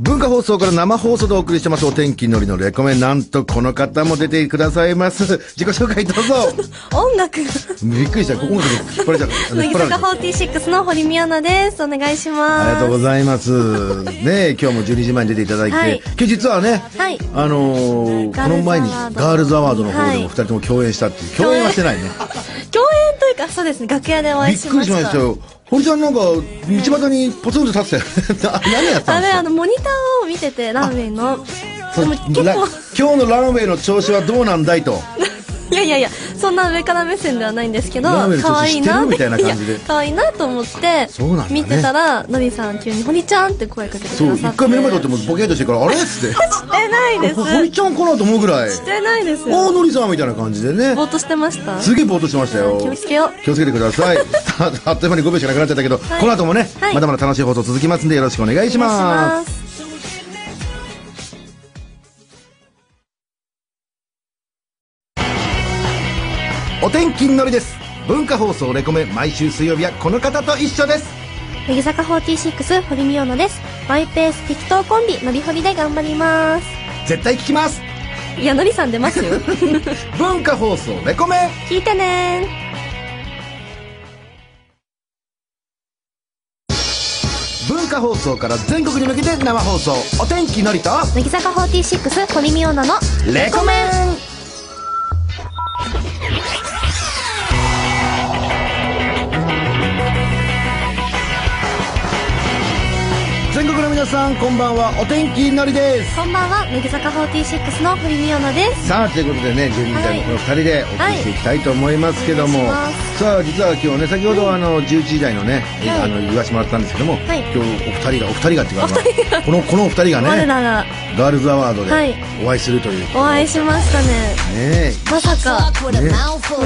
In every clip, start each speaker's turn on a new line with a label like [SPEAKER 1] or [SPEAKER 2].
[SPEAKER 1] 文化放送から生放送でお送りしてますお天気のりのレコメンなんとこの方も出てくださいます 自己紹介どう ぞ
[SPEAKER 2] 音楽
[SPEAKER 1] びっくりしたここまで引っ 張れちゃった
[SPEAKER 2] 乃
[SPEAKER 1] 引っ張
[SPEAKER 2] 木
[SPEAKER 1] られち
[SPEAKER 2] 坂
[SPEAKER 1] ゃった
[SPEAKER 2] 46の堀美央奈ですお願いし
[SPEAKER 1] ありがとう
[SPEAKER 2] ま
[SPEAKER 1] ご
[SPEAKER 2] す
[SPEAKER 1] ざいます。ねえ今日も12時前に出ていただいて、
[SPEAKER 2] はい
[SPEAKER 1] 今日実はね、
[SPEAKER 2] はい
[SPEAKER 1] あのー
[SPEAKER 2] ガ
[SPEAKER 1] こ
[SPEAKER 2] ールズアワー
[SPEAKER 1] の
[SPEAKER 2] ド
[SPEAKER 1] 前にガールズアワードの方で
[SPEAKER 2] はい
[SPEAKER 1] も2人とも共演したっていう、共演はしてないね。
[SPEAKER 2] 共演というかそうですね楽屋でお会
[SPEAKER 1] び
[SPEAKER 2] い
[SPEAKER 1] っ
[SPEAKER 2] し
[SPEAKER 1] く
[SPEAKER 2] ま
[SPEAKER 1] りし
[SPEAKER 2] した
[SPEAKER 1] ましたよ。堀ちゃんなんか、道端にポツンと立ってたよね。 あ何やってた
[SPEAKER 2] あ
[SPEAKER 1] ん
[SPEAKER 2] れ
[SPEAKER 1] です
[SPEAKER 2] あ
[SPEAKER 1] か
[SPEAKER 2] のモニターを見ててランウェイのでも
[SPEAKER 1] そう
[SPEAKER 2] 結
[SPEAKER 1] ラ
[SPEAKER 2] 構
[SPEAKER 1] 今日のランウェイの調子はどうなんだいと。
[SPEAKER 2] いやいやいやそんな上から目線ではないんですけど
[SPEAKER 1] ラーメンの調
[SPEAKER 2] 可
[SPEAKER 1] 子
[SPEAKER 2] 愛いなって
[SPEAKER 1] 知ってるみたいな感じで
[SPEAKER 2] や可愛いなと思って
[SPEAKER 1] そうなんだね
[SPEAKER 2] 見てたらのりさん急に「堀ちゃん」って声かけて
[SPEAKER 1] そ
[SPEAKER 2] く
[SPEAKER 1] う、
[SPEAKER 2] ださって
[SPEAKER 1] 一回目の前でってもボケーとしてから、あれっつって。
[SPEAKER 2] してないです
[SPEAKER 1] これ堀
[SPEAKER 2] し
[SPEAKER 1] ちゃんかなと思うぐらい。
[SPEAKER 2] てないです
[SPEAKER 1] おー、
[SPEAKER 2] ぼ
[SPEAKER 1] のりさんみたいな感じでね。
[SPEAKER 2] ーっとしてました
[SPEAKER 1] すげえぼーっとしてましたよ。
[SPEAKER 2] 気をつけよう
[SPEAKER 1] 気をつけてくだ さいさああっという間に5秒しかなくなっちゃったけど、
[SPEAKER 2] はい
[SPEAKER 1] この後もね、
[SPEAKER 2] はい
[SPEAKER 1] まだまだ楽しい放送続きますんでよろしくお願いします
[SPEAKER 2] す
[SPEAKER 1] お天気のりです文化放送レコメ毎週水曜日はこの方と一緒です
[SPEAKER 2] 乃木坂46堀美央奈ですマイペース適当コンビのりほりで頑張ります
[SPEAKER 1] 絶対聞きます
[SPEAKER 2] いやのりさん出ますよ
[SPEAKER 1] 文化放送レコメ
[SPEAKER 2] 聞いてね
[SPEAKER 1] 文化放送から全国に向けて生放送お天気のりと
[SPEAKER 2] 乃木坂46堀美央奈の
[SPEAKER 1] レコメン全国の皆さんこんばんはお天気のりです
[SPEAKER 2] こんばんは乃木坂46の堀美央奈です
[SPEAKER 1] さあということでね12時台のこの2人でお送りしていきたいと思いますけども、
[SPEAKER 2] はいお願いしま
[SPEAKER 1] さあ実は今日ね先ほどあの11時台のね、え
[SPEAKER 2] はい
[SPEAKER 1] あの言わせてもらったんですけども、
[SPEAKER 2] はい
[SPEAKER 1] 今日お二人がお二人がっていうかまあこのこのお二人が
[SPEAKER 2] 我
[SPEAKER 1] ね
[SPEAKER 2] らが
[SPEAKER 1] ガールズアワード
[SPEAKER 2] はい
[SPEAKER 1] でお会いするという、
[SPEAKER 2] お会いしましたね
[SPEAKER 1] ね
[SPEAKER 2] まさか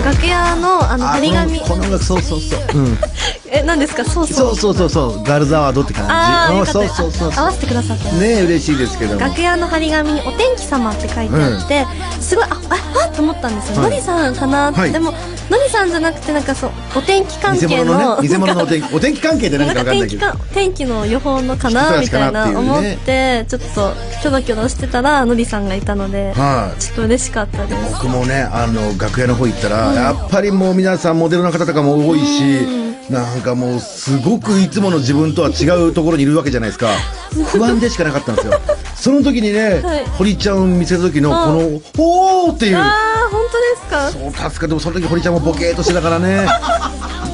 [SPEAKER 2] 楽屋のあの
[SPEAKER 3] あ
[SPEAKER 2] 張り紙
[SPEAKER 3] この音楽そうそうそう、
[SPEAKER 2] え何ですかそうそう
[SPEAKER 3] そうそうそうそうガールズアワードって感じ
[SPEAKER 2] ああよかった
[SPEAKER 3] そう
[SPEAKER 2] よ
[SPEAKER 3] そうそう
[SPEAKER 2] あ合わせてくださった
[SPEAKER 1] えねえ嬉しいですけども
[SPEAKER 2] 楽屋の張り紙に「お天気様」って書いてあって、すごいあああっと思ったんですよ、
[SPEAKER 1] はい
[SPEAKER 2] のりさんかなって、
[SPEAKER 1] はい
[SPEAKER 2] でものりさんじゃなくてなんかそうお天気関
[SPEAKER 1] 偽
[SPEAKER 2] 係
[SPEAKER 1] 物の
[SPEAKER 2] の
[SPEAKER 1] ね偽物のお天気お天気関係って何
[SPEAKER 2] な
[SPEAKER 1] か
[SPEAKER 2] んか
[SPEAKER 1] 分かんな
[SPEAKER 2] 天
[SPEAKER 1] いけ
[SPEAKER 2] 気
[SPEAKER 1] ど
[SPEAKER 2] か天気の予報のかな
[SPEAKER 1] 人
[SPEAKER 2] み
[SPEAKER 1] たちか
[SPEAKER 2] た
[SPEAKER 1] ない
[SPEAKER 2] な思ってちょっとキョロキョロしてたらのりさんがいたので、
[SPEAKER 1] はい
[SPEAKER 2] ちょっと嬉しかったです
[SPEAKER 1] 僕もねあの楽屋の方行ったら、やっぱりもう皆さんモデルの方とかも多いし、なんかもうすごくいつもの自分とは違うところにいるわけじゃないですか不安でしかなかったんですよその時にね、
[SPEAKER 2] はい
[SPEAKER 1] 堀ちゃんを見せた時のこの「おー!」っていう
[SPEAKER 2] ああ本当ですか
[SPEAKER 1] そう助かでもその時堀ちゃんもボケーっとしてたからね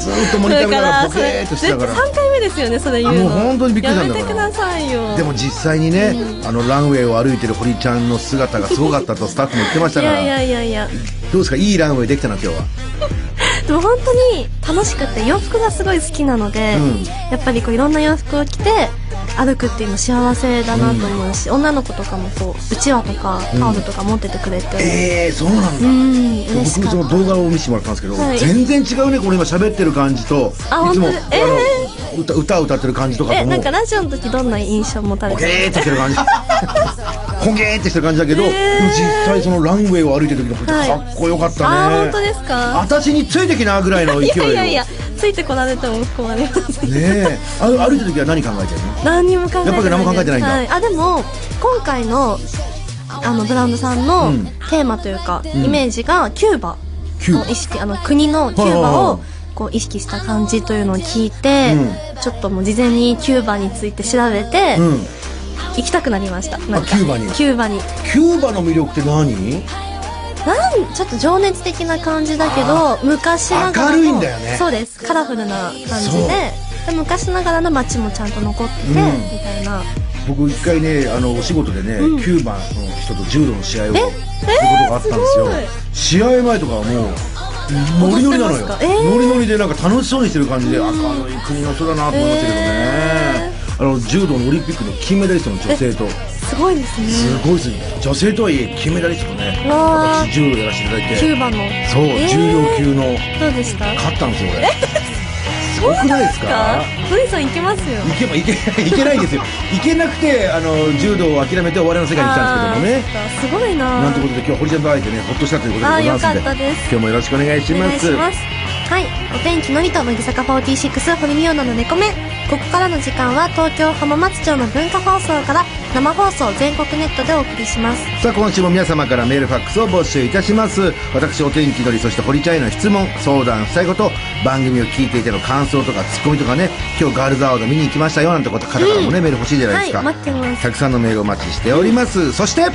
[SPEAKER 1] ずーっとモニター見ながらボ
[SPEAKER 2] そ
[SPEAKER 1] ケ
[SPEAKER 2] れ
[SPEAKER 1] ーっとしてたから
[SPEAKER 2] 3回目ですよねそれ言うの
[SPEAKER 1] もう本当にびっくりしたんだか
[SPEAKER 2] や
[SPEAKER 1] ら
[SPEAKER 2] めてくださいよ
[SPEAKER 1] でも実際にね、あのランウェイを歩いてる堀ちゃんの姿がすごかったとスタッフも言ってまし
[SPEAKER 2] い
[SPEAKER 1] たから
[SPEAKER 2] やいやいやいや
[SPEAKER 1] どうですかいいランウェイできたな今日は
[SPEAKER 2] でも本当に楽しくて洋服がすごい好きなので、
[SPEAKER 1] うん
[SPEAKER 2] やっぱりこういろんな洋服を着て歩くっていうの幸せだなと思うし、女の子とかもこううちわとかタオルとか持っててくれて、
[SPEAKER 1] ええー、そうなん
[SPEAKER 2] う
[SPEAKER 1] だ、
[SPEAKER 2] ん嬉し
[SPEAKER 1] 僕
[SPEAKER 2] か
[SPEAKER 1] も
[SPEAKER 2] った
[SPEAKER 1] その動画を見せてもらったんですけど、
[SPEAKER 2] はい
[SPEAKER 1] 全然違うねこの今喋ってる感じと
[SPEAKER 2] あ
[SPEAKER 1] いつも、
[SPEAKER 2] 本当え
[SPEAKER 1] あの歌歌を歌ってる感じとか
[SPEAKER 2] え
[SPEAKER 1] とも
[SPEAKER 2] なんかラジオの時どんな印象持たれ
[SPEAKER 1] ボケ
[SPEAKER 2] て
[SPEAKER 1] ーってしてる 感じホゲーってしてる感じだけど、
[SPEAKER 2] えー
[SPEAKER 1] でも実際そのランウェイを歩いてる時のこれ
[SPEAKER 2] はい
[SPEAKER 1] かっこよかったね、
[SPEAKER 2] あー本当ですか
[SPEAKER 1] 私についてきなぐらいの勢
[SPEAKER 2] い
[SPEAKER 1] いを
[SPEAKER 2] やいやいやついてこられても困ります
[SPEAKER 1] ねえあ歩いてる時は何考えてるの
[SPEAKER 2] 何にも考えてないです
[SPEAKER 1] やっぱり何も考えてないんだ
[SPEAKER 2] はい、あでも今回のあのブランドさんの
[SPEAKER 1] うん
[SPEAKER 2] テーマというか、イメージがキューバ
[SPEAKER 1] キューバ
[SPEAKER 2] を意識あの国のキューバをこう意識した感じというのを聞いて、ちょっともう事前にキューバについて調べて、
[SPEAKER 1] うん
[SPEAKER 2] 行きたくなりましたなんか
[SPEAKER 1] キューバに
[SPEAKER 2] キューバに
[SPEAKER 1] キューバの魅力って何
[SPEAKER 2] なんちょっと情熱的な感じだけど昔ながら
[SPEAKER 1] 明
[SPEAKER 2] の
[SPEAKER 1] るいんだよね
[SPEAKER 2] そうですカラフルな感じ
[SPEAKER 1] そう
[SPEAKER 2] でで昔ながらの街もちゃんと残ってて、
[SPEAKER 1] ん
[SPEAKER 2] みたいな
[SPEAKER 1] 僕一回ねあのお仕事でね、キューバの人と柔道の試合をすることがあったんですよ、
[SPEAKER 2] えー
[SPEAKER 1] 試合前とかはもうノリノリなのよ
[SPEAKER 2] 踊ってま、すかえー
[SPEAKER 1] ノリノリでなんか楽しそうにしてる感じで明るい国の人だなと思いましたけどね、あの柔道のオリンピックの金メダリストの女性と
[SPEAKER 2] すごいですね
[SPEAKER 1] すごいですね女性とはいえ金メダリストね
[SPEAKER 2] わー
[SPEAKER 1] 私柔道やらせていただい
[SPEAKER 2] キュ
[SPEAKER 1] て
[SPEAKER 2] ーバの
[SPEAKER 1] そう、
[SPEAKER 2] えー
[SPEAKER 1] 重量級の
[SPEAKER 2] どうでした
[SPEAKER 1] 勝ったんですよ俺すごくないですか
[SPEAKER 2] トリさん行けますよ
[SPEAKER 1] 行けば行け行けないんですよ行けなくてあの柔道を諦めて終わりの世界に来たんですけどもね
[SPEAKER 2] あーそっかすごいな
[SPEAKER 1] なんてことで今日は堀ちゃんと会えてねほっとしたということでございますんで
[SPEAKER 2] あーよかったです
[SPEAKER 1] 今日もよろしくお願いし
[SPEAKER 2] お
[SPEAKER 1] ま
[SPEAKER 2] 願い
[SPEAKER 1] す
[SPEAKER 2] しますはいお天気のりと乃木坂46堀美央奈の猫目ここからの時間は東京浜松町の文化放送から生放送全国ネットでお送りします
[SPEAKER 1] さあ今週も皆様からメールファックスを募集いたします私お天気のりそして堀ちゃんへの質問相談したいこと番組を聞いていての感想とかツッコミとかね今日ガールズアワード見に行きましたよなんてこと方々もね、メール欲しいじゃないですか、
[SPEAKER 2] はい待ってます
[SPEAKER 1] たくさんのメールお待ちしておりますそして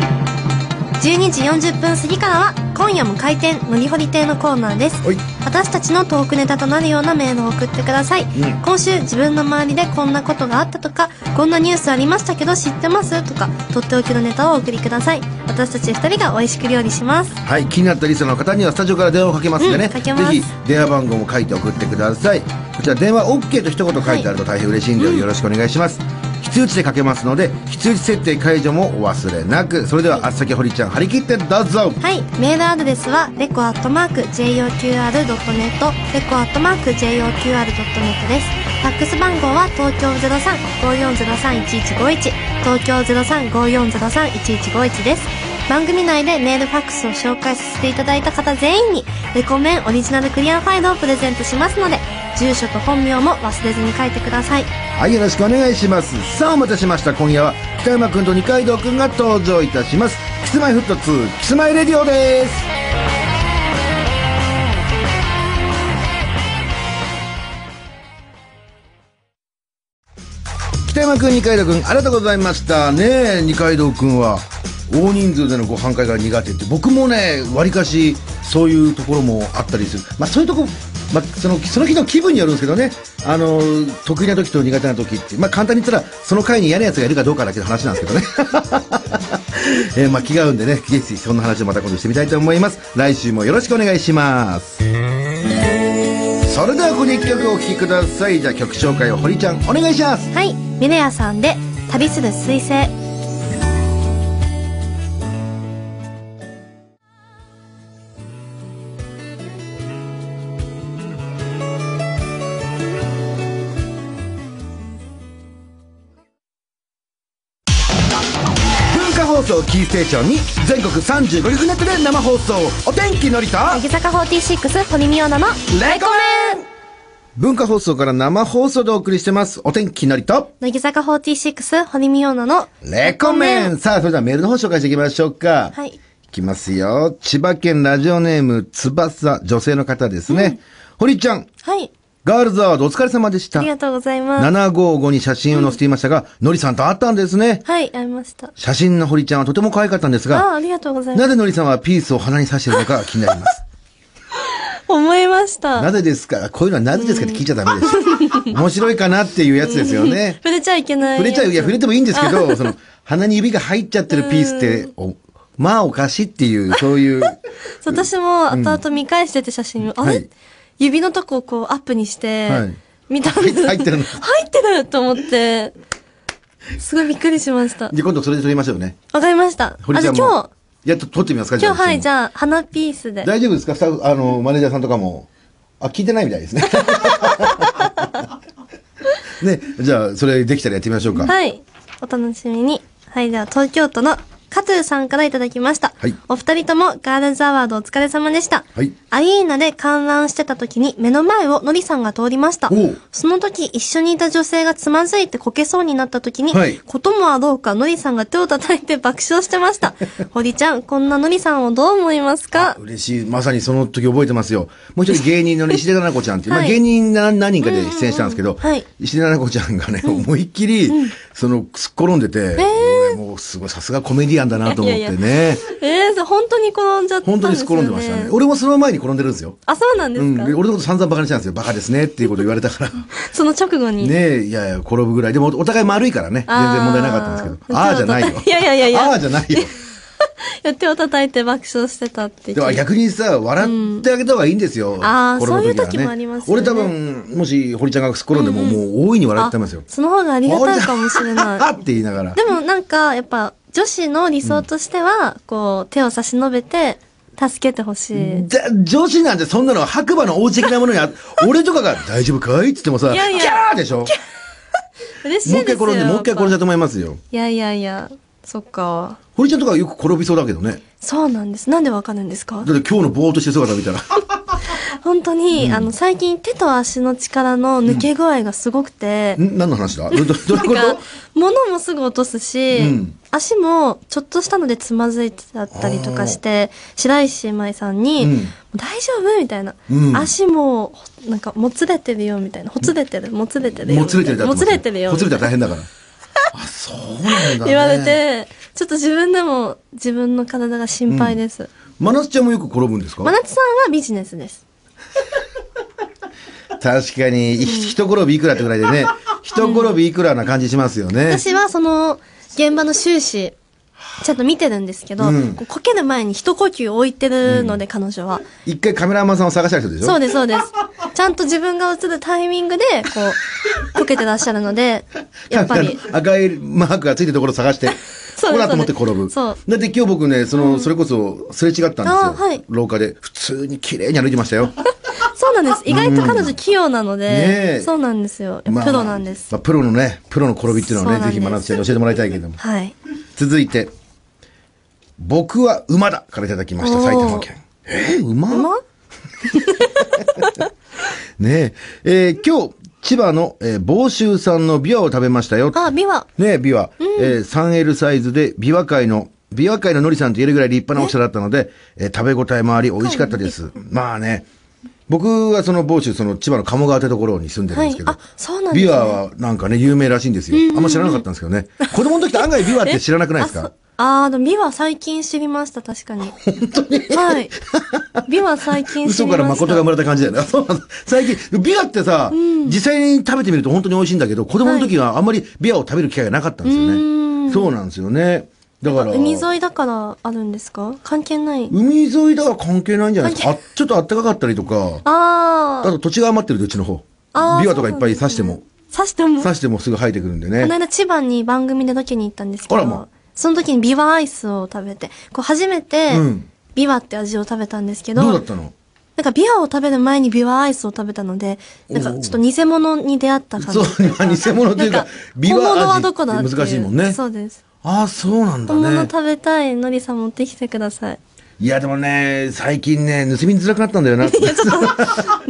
[SPEAKER 2] 12時40分過ぎからは今夜も開店のりほり亭のコーナーです
[SPEAKER 1] はい
[SPEAKER 2] 私たちのトークネタとなるようなメールを送ってくださ
[SPEAKER 1] ん
[SPEAKER 2] い、今週自分の周りでこんなことがあったとかこんなニュースありましたけど知ってますとかとっておきのネタをお送りください私たち2人が美味しく料理します
[SPEAKER 1] はい、気になったリスナーの方にはスタジオから電話をかけますんでね、
[SPEAKER 2] うんかけます
[SPEAKER 1] ぜひ電話番号も書いて送ってくださいこちら電話 OK と一言書いてあると大変嬉しいんで、よろしくお願いします非通知でかけますので非通知設定解除もお忘れなくそれではあっさき堀ちゃん張り切ってどうぞ
[SPEAKER 2] はい、メールアドレスはレコアットマーク JOQR.net レコアットマーク JOQR.net ですファックス番号は東京0354031151東京0354031151です番組内でメールファックスを紹介させていただいた方全員にレコメンオリジナルクリアファイルをプレゼントしますので住所と本名も忘れずに書いてください
[SPEAKER 1] はいよろしくお願いしますさあお待たせしました今夜は北山君と二階堂君が登場いたしますキスマイフット2キスマイレディオです北山君二階堂君ありがとうございましたねえ二階堂君は大人数でのご飯会が苦手って僕もねわりかしそういうところもあったりするまあそういうとこ、まあ、そのその日の気分によるんですけどねあの得意な時と苦手な時ってまあ簡単に言ったらその会に嫌なやつがいるかどうかだけの話なんですけどね えーまあ気が合うんでねぜひそんな話をまた今度してみたいと思います来週もよろしくお願いしますそれではここで一曲お聴きくださいじゃあ曲紹介を堀ちゃんお願いします
[SPEAKER 2] はい、ミネヤさんで旅する彗星。
[SPEAKER 1] 文化放送キーステーションに全国35局ネットで生放送お天気のりと
[SPEAKER 2] 乃木坂46堀美央奈の
[SPEAKER 1] レコメン文化放送から生放送でお送りしてますお天気のりと
[SPEAKER 2] 乃木坂46堀美央奈の
[SPEAKER 1] レコメンさあそれではメールの方紹介していきましょうか
[SPEAKER 2] はい
[SPEAKER 1] いきますよ千葉県ラジオネーム翼女性の方ですね、堀ちゃん
[SPEAKER 2] はい
[SPEAKER 1] ガールズアワードお疲れ様でした
[SPEAKER 2] ありがとうございます
[SPEAKER 1] 755に写真を載せていましたが、のりさんと会ったんですね
[SPEAKER 2] はい会いました
[SPEAKER 1] 写真の堀ちゃんはとても可愛かったんです
[SPEAKER 2] あ
[SPEAKER 1] が
[SPEAKER 2] ありがとうございま
[SPEAKER 1] な
[SPEAKER 2] す
[SPEAKER 1] ぜのりさんはピースを鼻に刺しているのか気になります
[SPEAKER 2] 思いました
[SPEAKER 1] なぜですかこういうのはなぜですかって聞いちゃダメ です。面白いかなっていうやつですよね。
[SPEAKER 2] 触れちゃいけない
[SPEAKER 1] 触れちゃう、いや、触れてもいいんですけ ど、その、鼻に指が入っちゃってるピースって、おまあおかしいっていう、そういう、
[SPEAKER 2] そう私も後々見返してて写真を、あれ、
[SPEAKER 1] はい
[SPEAKER 2] 指のとこをこうアップにして、
[SPEAKER 1] はい
[SPEAKER 2] 見たんです
[SPEAKER 1] 入ってるの
[SPEAKER 2] 入ってると思ってすごいびっくりしました
[SPEAKER 1] で、今度それで撮りましょうね。
[SPEAKER 2] わかりました
[SPEAKER 1] 堀
[SPEAKER 2] あ
[SPEAKER 1] ち
[SPEAKER 2] じ
[SPEAKER 1] ゃ
[SPEAKER 2] ゃ
[SPEAKER 1] ん
[SPEAKER 2] あ
[SPEAKER 1] も。
[SPEAKER 2] 今日
[SPEAKER 1] やっと撮ってみますか
[SPEAKER 2] 今日はいじ
[SPEAKER 1] ゃあ。
[SPEAKER 2] ゃあ鼻ピースで
[SPEAKER 1] 大丈夫ですかスタッフ、あの、マネージャーさんとかも。あ、聞いてないみたい ですね。ね、じゃあ、それできたらやってみましょうか。
[SPEAKER 2] はい。お楽しみに。はい、では東京都のカトゥーさんからいただきました。
[SPEAKER 1] はい
[SPEAKER 2] お二人ともガールズアワードお疲れ様でした。
[SPEAKER 1] はい
[SPEAKER 2] アリーナで観覧してた時に目の前をのりさんが通りました
[SPEAKER 1] おう。
[SPEAKER 2] その時一緒にいた女性がつまずいてこけそうになった時に、
[SPEAKER 1] はい
[SPEAKER 2] こともあろうかのりさんが手を叩いて爆笑してま した。堀ちゃん、こんなのりさんをどう思いますか
[SPEAKER 1] 嬉しい。まさにその時覚えてますよ。もう一人芸人のね石田奈々子ちゃんっていう、まあ
[SPEAKER 2] はい
[SPEAKER 1] 芸人な何人かで出演したんですけど、
[SPEAKER 2] うんうんうんはい
[SPEAKER 1] 石田奈々子ちゃんがね、思いっきり、その、すっ転んでて、俺もうすごい、さすがコメディアンだなと思ってね。
[SPEAKER 2] いえー、そう本当に転んじゃったんですよ
[SPEAKER 1] 本
[SPEAKER 2] ね。
[SPEAKER 1] 当にすっ転んでましたね。俺もその前に転んでるんですよ。
[SPEAKER 2] あ、そうなんで
[SPEAKER 1] う
[SPEAKER 2] す
[SPEAKER 1] ん、
[SPEAKER 2] か、
[SPEAKER 1] 俺のこと散々バカにしたんですよ。バカですねっていうこと言われたから。
[SPEAKER 2] その直後に。
[SPEAKER 1] ねえ、いやいや、転ぶぐらい。でも、お互い丸いからね。全
[SPEAKER 2] あー
[SPEAKER 1] 然問題なかったんですけど。ああじゃないよ。
[SPEAKER 2] いやいやいやいや
[SPEAKER 1] ああじゃないよ。
[SPEAKER 2] いや手を叩いて爆笑してたって聞い
[SPEAKER 1] でも逆にさ、笑ってあげた方がいいんですよ。
[SPEAKER 2] あー
[SPEAKER 1] 転ぶはね
[SPEAKER 2] そういう時もありますよ
[SPEAKER 1] 俺
[SPEAKER 2] ね
[SPEAKER 1] 多分、もし、堀ちゃんがすっ転んでも、もう大いに笑ってますよ。
[SPEAKER 2] その方がありがたいかもしれ
[SPEAKER 1] あ
[SPEAKER 2] な
[SPEAKER 1] って言いながら
[SPEAKER 2] い。。 でもなんか、やっぱ、女子の理想としては、こう、手を差し伸べて、助けてほしい。
[SPEAKER 1] じゃ女子なんてそんなの白馬の王子的なもの にあ、俺とかが大丈夫かいっつってもさ、
[SPEAKER 2] いやいや
[SPEAKER 1] キャーでしょもう
[SPEAKER 2] 嬉しい
[SPEAKER 1] 一
[SPEAKER 2] で
[SPEAKER 1] 回
[SPEAKER 2] すよ。
[SPEAKER 1] 転んで、もう一回転んじゃうと思いますよ。
[SPEAKER 2] いやいやいや、そっか。
[SPEAKER 1] 堀ちゃんとかよく転びそうだけどね。
[SPEAKER 2] そうなんです。なんでわかるんですか
[SPEAKER 1] だって今日のぼーっとしてる姿見たら。
[SPEAKER 2] 本当に、あの、最近手と足の力の抜け具合がすごくて、
[SPEAKER 1] ん何の話だどどどういうこ
[SPEAKER 2] な
[SPEAKER 1] と
[SPEAKER 2] んか、物もすぐ落とすし、
[SPEAKER 1] うん
[SPEAKER 2] 足もちょっとしたのでつまずいてたりとかして、白石麻衣さんに、
[SPEAKER 1] うん
[SPEAKER 2] もう大丈夫みたいな、
[SPEAKER 1] うん
[SPEAKER 2] 足も、なんか、もつれてるよ、みたいな。ほつれてる、もつれてるよ。
[SPEAKER 1] もつれてるだって
[SPEAKER 2] もつれてるよ。
[SPEAKER 1] もつれた
[SPEAKER 2] みた
[SPEAKER 1] ら
[SPEAKER 2] いな
[SPEAKER 1] 大変だ からあそうなんだ、ね、
[SPEAKER 2] 言われて、ちょっと自分でも、自分の体が心配です。
[SPEAKER 1] 真夏ちゃんもよく転ぶんですか
[SPEAKER 2] 真夏さんはビジネスです。
[SPEAKER 1] 確かに、ひ一転びいくらってぐらいでね、一転びいくらな感じしますよね。
[SPEAKER 2] 私はその現場の収支ちゃんと見てるんですけど、
[SPEAKER 1] うん
[SPEAKER 2] こうこける前に一呼吸置いてるので、彼女は。
[SPEAKER 1] 一回カメラマンさんを探した人でしょ
[SPEAKER 2] そう
[SPEAKER 1] で
[SPEAKER 2] です、そ うです。ちゃんと自分が映るタイミングで、こう、こけてらっしゃるの で、やっぱり。。
[SPEAKER 1] 赤いマークがついてるところを探して、
[SPEAKER 2] そうです
[SPEAKER 1] ここだと思って転ぶ。
[SPEAKER 2] そう
[SPEAKER 1] だって今日僕ね、その、それこそすれ違ったんですよ。
[SPEAKER 2] あーはい
[SPEAKER 1] 廊下で。普通に綺麗に歩いてました よ。
[SPEAKER 2] そうなんです。意外と彼女器用なの
[SPEAKER 1] ね
[SPEAKER 2] で、
[SPEAKER 1] え
[SPEAKER 2] そうなんですよ。プ
[SPEAKER 1] まあ
[SPEAKER 2] ロなんです。
[SPEAKER 1] まあプロのね、プロの転びっていうの
[SPEAKER 2] そ
[SPEAKER 1] は
[SPEAKER 2] う
[SPEAKER 1] ね、
[SPEAKER 2] な
[SPEAKER 1] ぜ
[SPEAKER 2] んです
[SPEAKER 1] ひ真夏ちゃんに教えてもらいたいけども。
[SPEAKER 2] はい。
[SPEAKER 1] 続いて、僕は馬だからいただきました、
[SPEAKER 2] おー
[SPEAKER 1] 埼玉県。えー、馬
[SPEAKER 2] うま
[SPEAKER 1] ねえ、えー今日、千葉の、えー、房州産のビワを食べましたよ。
[SPEAKER 2] あ、美和。
[SPEAKER 1] ねえ、ビワ。えー 3L サイズで、ビワ界の、ビワ界ののりさんと言えるぐらい立派な大きさだったので、えー食べ応えもあり、美味しかったです。まあね、僕はその房州、その千葉の鴨川ってところに住んでるんですけど、
[SPEAKER 2] はいあそうなんですね
[SPEAKER 1] ビワはなんかね、有名らしいんですよ。あんま知らなかったんですけどね。子供の時って案外ビワって知らなくないですか
[SPEAKER 2] あー、でも美和最近知りました、確かに。本当に はい。美和最近知り
[SPEAKER 1] 嘘
[SPEAKER 2] ました。
[SPEAKER 1] から誠が生まれた感じだよね。 そうなんだ最近、ビアってさ、実際に食べてみると本当に美味しいんだけど、子供の時はあんまりビアを食べる機会がなかったんですよね。そうなんですよね。だから、
[SPEAKER 2] 海沿いだからあるんですか関係ない。
[SPEAKER 1] 海沿いだから関係ないんじゃないですか。あちょっと暖かかったりとか、あ
[SPEAKER 2] あー。
[SPEAKER 1] と土地が余ってるでうちの方。
[SPEAKER 2] あー
[SPEAKER 1] ビアとかいっぱい刺しても、
[SPEAKER 2] 刺しても。こ
[SPEAKER 1] 刺してもすぐ生えてくるんでね
[SPEAKER 2] の。間千葉に番組でロケに行ったんですけ
[SPEAKER 1] あらま
[SPEAKER 2] ど、その時にビワアイスを食べて、こう初めて
[SPEAKER 1] うん、
[SPEAKER 2] ビワって味を食べたんですけど、
[SPEAKER 1] どうだったの
[SPEAKER 2] なんかビワを食べる前にビワアイスを食べたので、なんかちょっと偽物に出会った感じ
[SPEAKER 1] そう、偽物という
[SPEAKER 2] なん
[SPEAKER 1] か
[SPEAKER 2] か、
[SPEAKER 1] ビ
[SPEAKER 2] 本物
[SPEAKER 1] ワ
[SPEAKER 2] は
[SPEAKER 1] 味っ
[SPEAKER 2] どこだって
[SPEAKER 1] て
[SPEAKER 2] う
[SPEAKER 1] 難しいもんね。
[SPEAKER 2] そうです。
[SPEAKER 1] ああ、そうなんだ
[SPEAKER 2] 本物
[SPEAKER 1] ね。
[SPEAKER 2] 食べたいのりさん持ってきてください。
[SPEAKER 1] いや、でもね、最近ね、盗みづらくなったんだよな。
[SPEAKER 2] 盗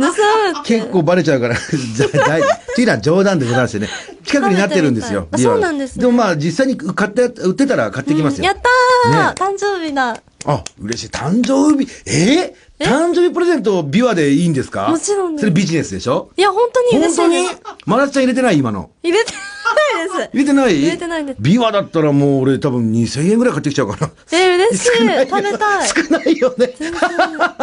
[SPEAKER 2] む
[SPEAKER 1] 結構バレちゃうから、 じゃだいっていうのは冗談でございましてね、近くになってるんですよ
[SPEAKER 2] 食、べてみたいあ
[SPEAKER 1] ビワ
[SPEAKER 2] そうなんですね
[SPEAKER 1] でもまあ、実際に買って、売ってたら買ってきますよ。
[SPEAKER 2] やったー、
[SPEAKER 1] ね
[SPEAKER 2] 誕生日だ
[SPEAKER 1] あ、嬉しい。誕生日、えー誕生日プレゼント、ビワでいいんですか
[SPEAKER 2] もちろんです
[SPEAKER 1] それビジネスでしょ
[SPEAKER 2] いや、本当に
[SPEAKER 1] 本
[SPEAKER 2] 嬉し
[SPEAKER 1] 当
[SPEAKER 2] い
[SPEAKER 1] に
[SPEAKER 2] です。
[SPEAKER 1] マラスちゃん入れてない今の。
[SPEAKER 2] 入れてないです。
[SPEAKER 1] 入れてない
[SPEAKER 2] 入れてないです
[SPEAKER 1] ビワだったらもう俺多分2000円ぐらい買ってきちゃうかな。
[SPEAKER 2] え、嬉しい。
[SPEAKER 1] 少ないよ
[SPEAKER 2] 食べたい。
[SPEAKER 1] 少ないよね。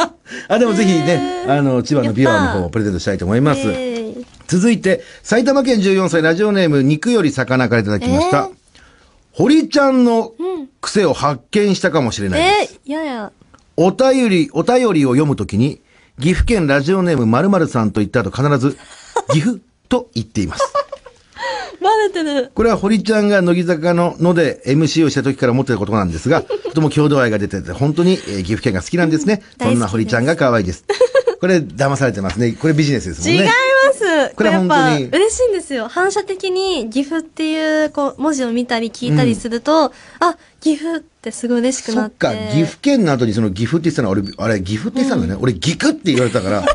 [SPEAKER 1] あ、でもぜひね、あの、千葉のビワの方をプレゼントしたいと思います。
[SPEAKER 2] えー
[SPEAKER 1] 続いて、埼玉県14歳ラジオネーム、肉より魚からいただきました。
[SPEAKER 2] えー
[SPEAKER 1] 堀ちゃんの癖を発見したかもしれないです。
[SPEAKER 2] えー、いやいや。
[SPEAKER 1] お便り、お便りを読むときに、岐阜県ラジオネーム〇〇さんと言った後必 ず、岐阜と言っています。
[SPEAKER 2] バレてる。
[SPEAKER 1] これは堀ちゃんが乃木坂のので MC をした時から思ってたことなんです が、とても郷土愛が出てて、本当に、えー岐阜県が好きなんですね。
[SPEAKER 2] 大好きです
[SPEAKER 1] そんな堀ちゃんが可愛い です。これ騙されてますね。これビジネスですもん
[SPEAKER 2] 違い
[SPEAKER 1] ね。
[SPEAKER 2] ます。
[SPEAKER 1] これは本当に
[SPEAKER 2] これやっぱ嬉しいんですよ。反射的に岐阜っていう、こう、文字を見たり聞いたりすると、あ、岐阜ってすごい嬉しく
[SPEAKER 1] そ
[SPEAKER 2] なっ。
[SPEAKER 1] ってか、岐阜県の後にその岐阜って言ってたのは、俺、あれ、岐阜って言ってたんだね。俺、岐阜って言われたから、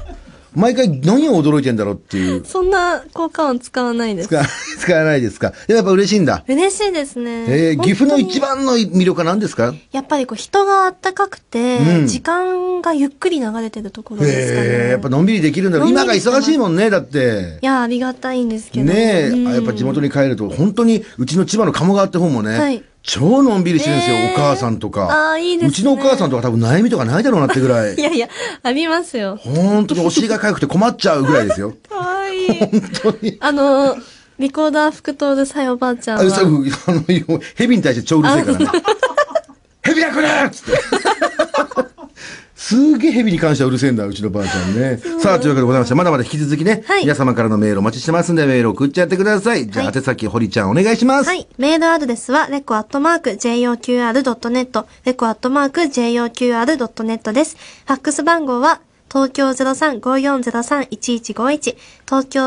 [SPEAKER 1] 毎回何を驚いてんだろうっていう。
[SPEAKER 2] そんな効果音使わないです。
[SPEAKER 1] 使わ、 使わないですか。でもやっぱ嬉しいんだ。
[SPEAKER 2] 嬉しいですね。
[SPEAKER 1] えー、岐阜の一
[SPEAKER 2] 番。
[SPEAKER 1] 番の魅力は何ですか
[SPEAKER 2] やっぱりこう、人が暖かくて、
[SPEAKER 1] うん
[SPEAKER 2] 時間がゆっくり流れてるところですかね。
[SPEAKER 1] えー、やっぱのんびりできるんだろう。
[SPEAKER 2] のんび
[SPEAKER 1] 今が
[SPEAKER 2] りしてます
[SPEAKER 1] 忙しいもんね、だって
[SPEAKER 2] い。や、ありがたいんですけど。
[SPEAKER 1] ねえ、
[SPEAKER 2] うん
[SPEAKER 1] あやっぱ地元に帰ると、本当に、うちの千葉の鴨川って方もね、
[SPEAKER 2] はい
[SPEAKER 1] 超のんびりしてるんですよ、
[SPEAKER 2] ね
[SPEAKER 1] お
[SPEAKER 2] え
[SPEAKER 1] 母さんとか。
[SPEAKER 2] あーいいですね
[SPEAKER 1] うちのお母さんとか多分悩みとかないだろうなってぐ らい
[SPEAKER 2] い。やいや、ありますよ。
[SPEAKER 1] 本当にお尻が痒くて困っちゃうぐらいです よ。
[SPEAKER 2] かわいい。あの、リコーダー副頭でさえおばあちゃん
[SPEAKER 1] あ、そう、あ
[SPEAKER 2] は。
[SPEAKER 1] の、ヘビに対して超うるせえからね。ヘビが来るっつって。すげえヘビに関してはうるせえんだ、うちのばあちゃんね。さあ、というわけでございまして、まだまだ引き続きね、
[SPEAKER 2] はい
[SPEAKER 1] 皆様からのメールお待ちしてますんで、メール送っちゃってください。じゃあ、
[SPEAKER 2] はい
[SPEAKER 1] 宛先、堀ちゃんお願いします。
[SPEAKER 2] はい。メールアドレスは、レコアットマーク、joqr.net、レコアットマーク、joqr.net です。ファックス番号は、東京03-5403-1151、東京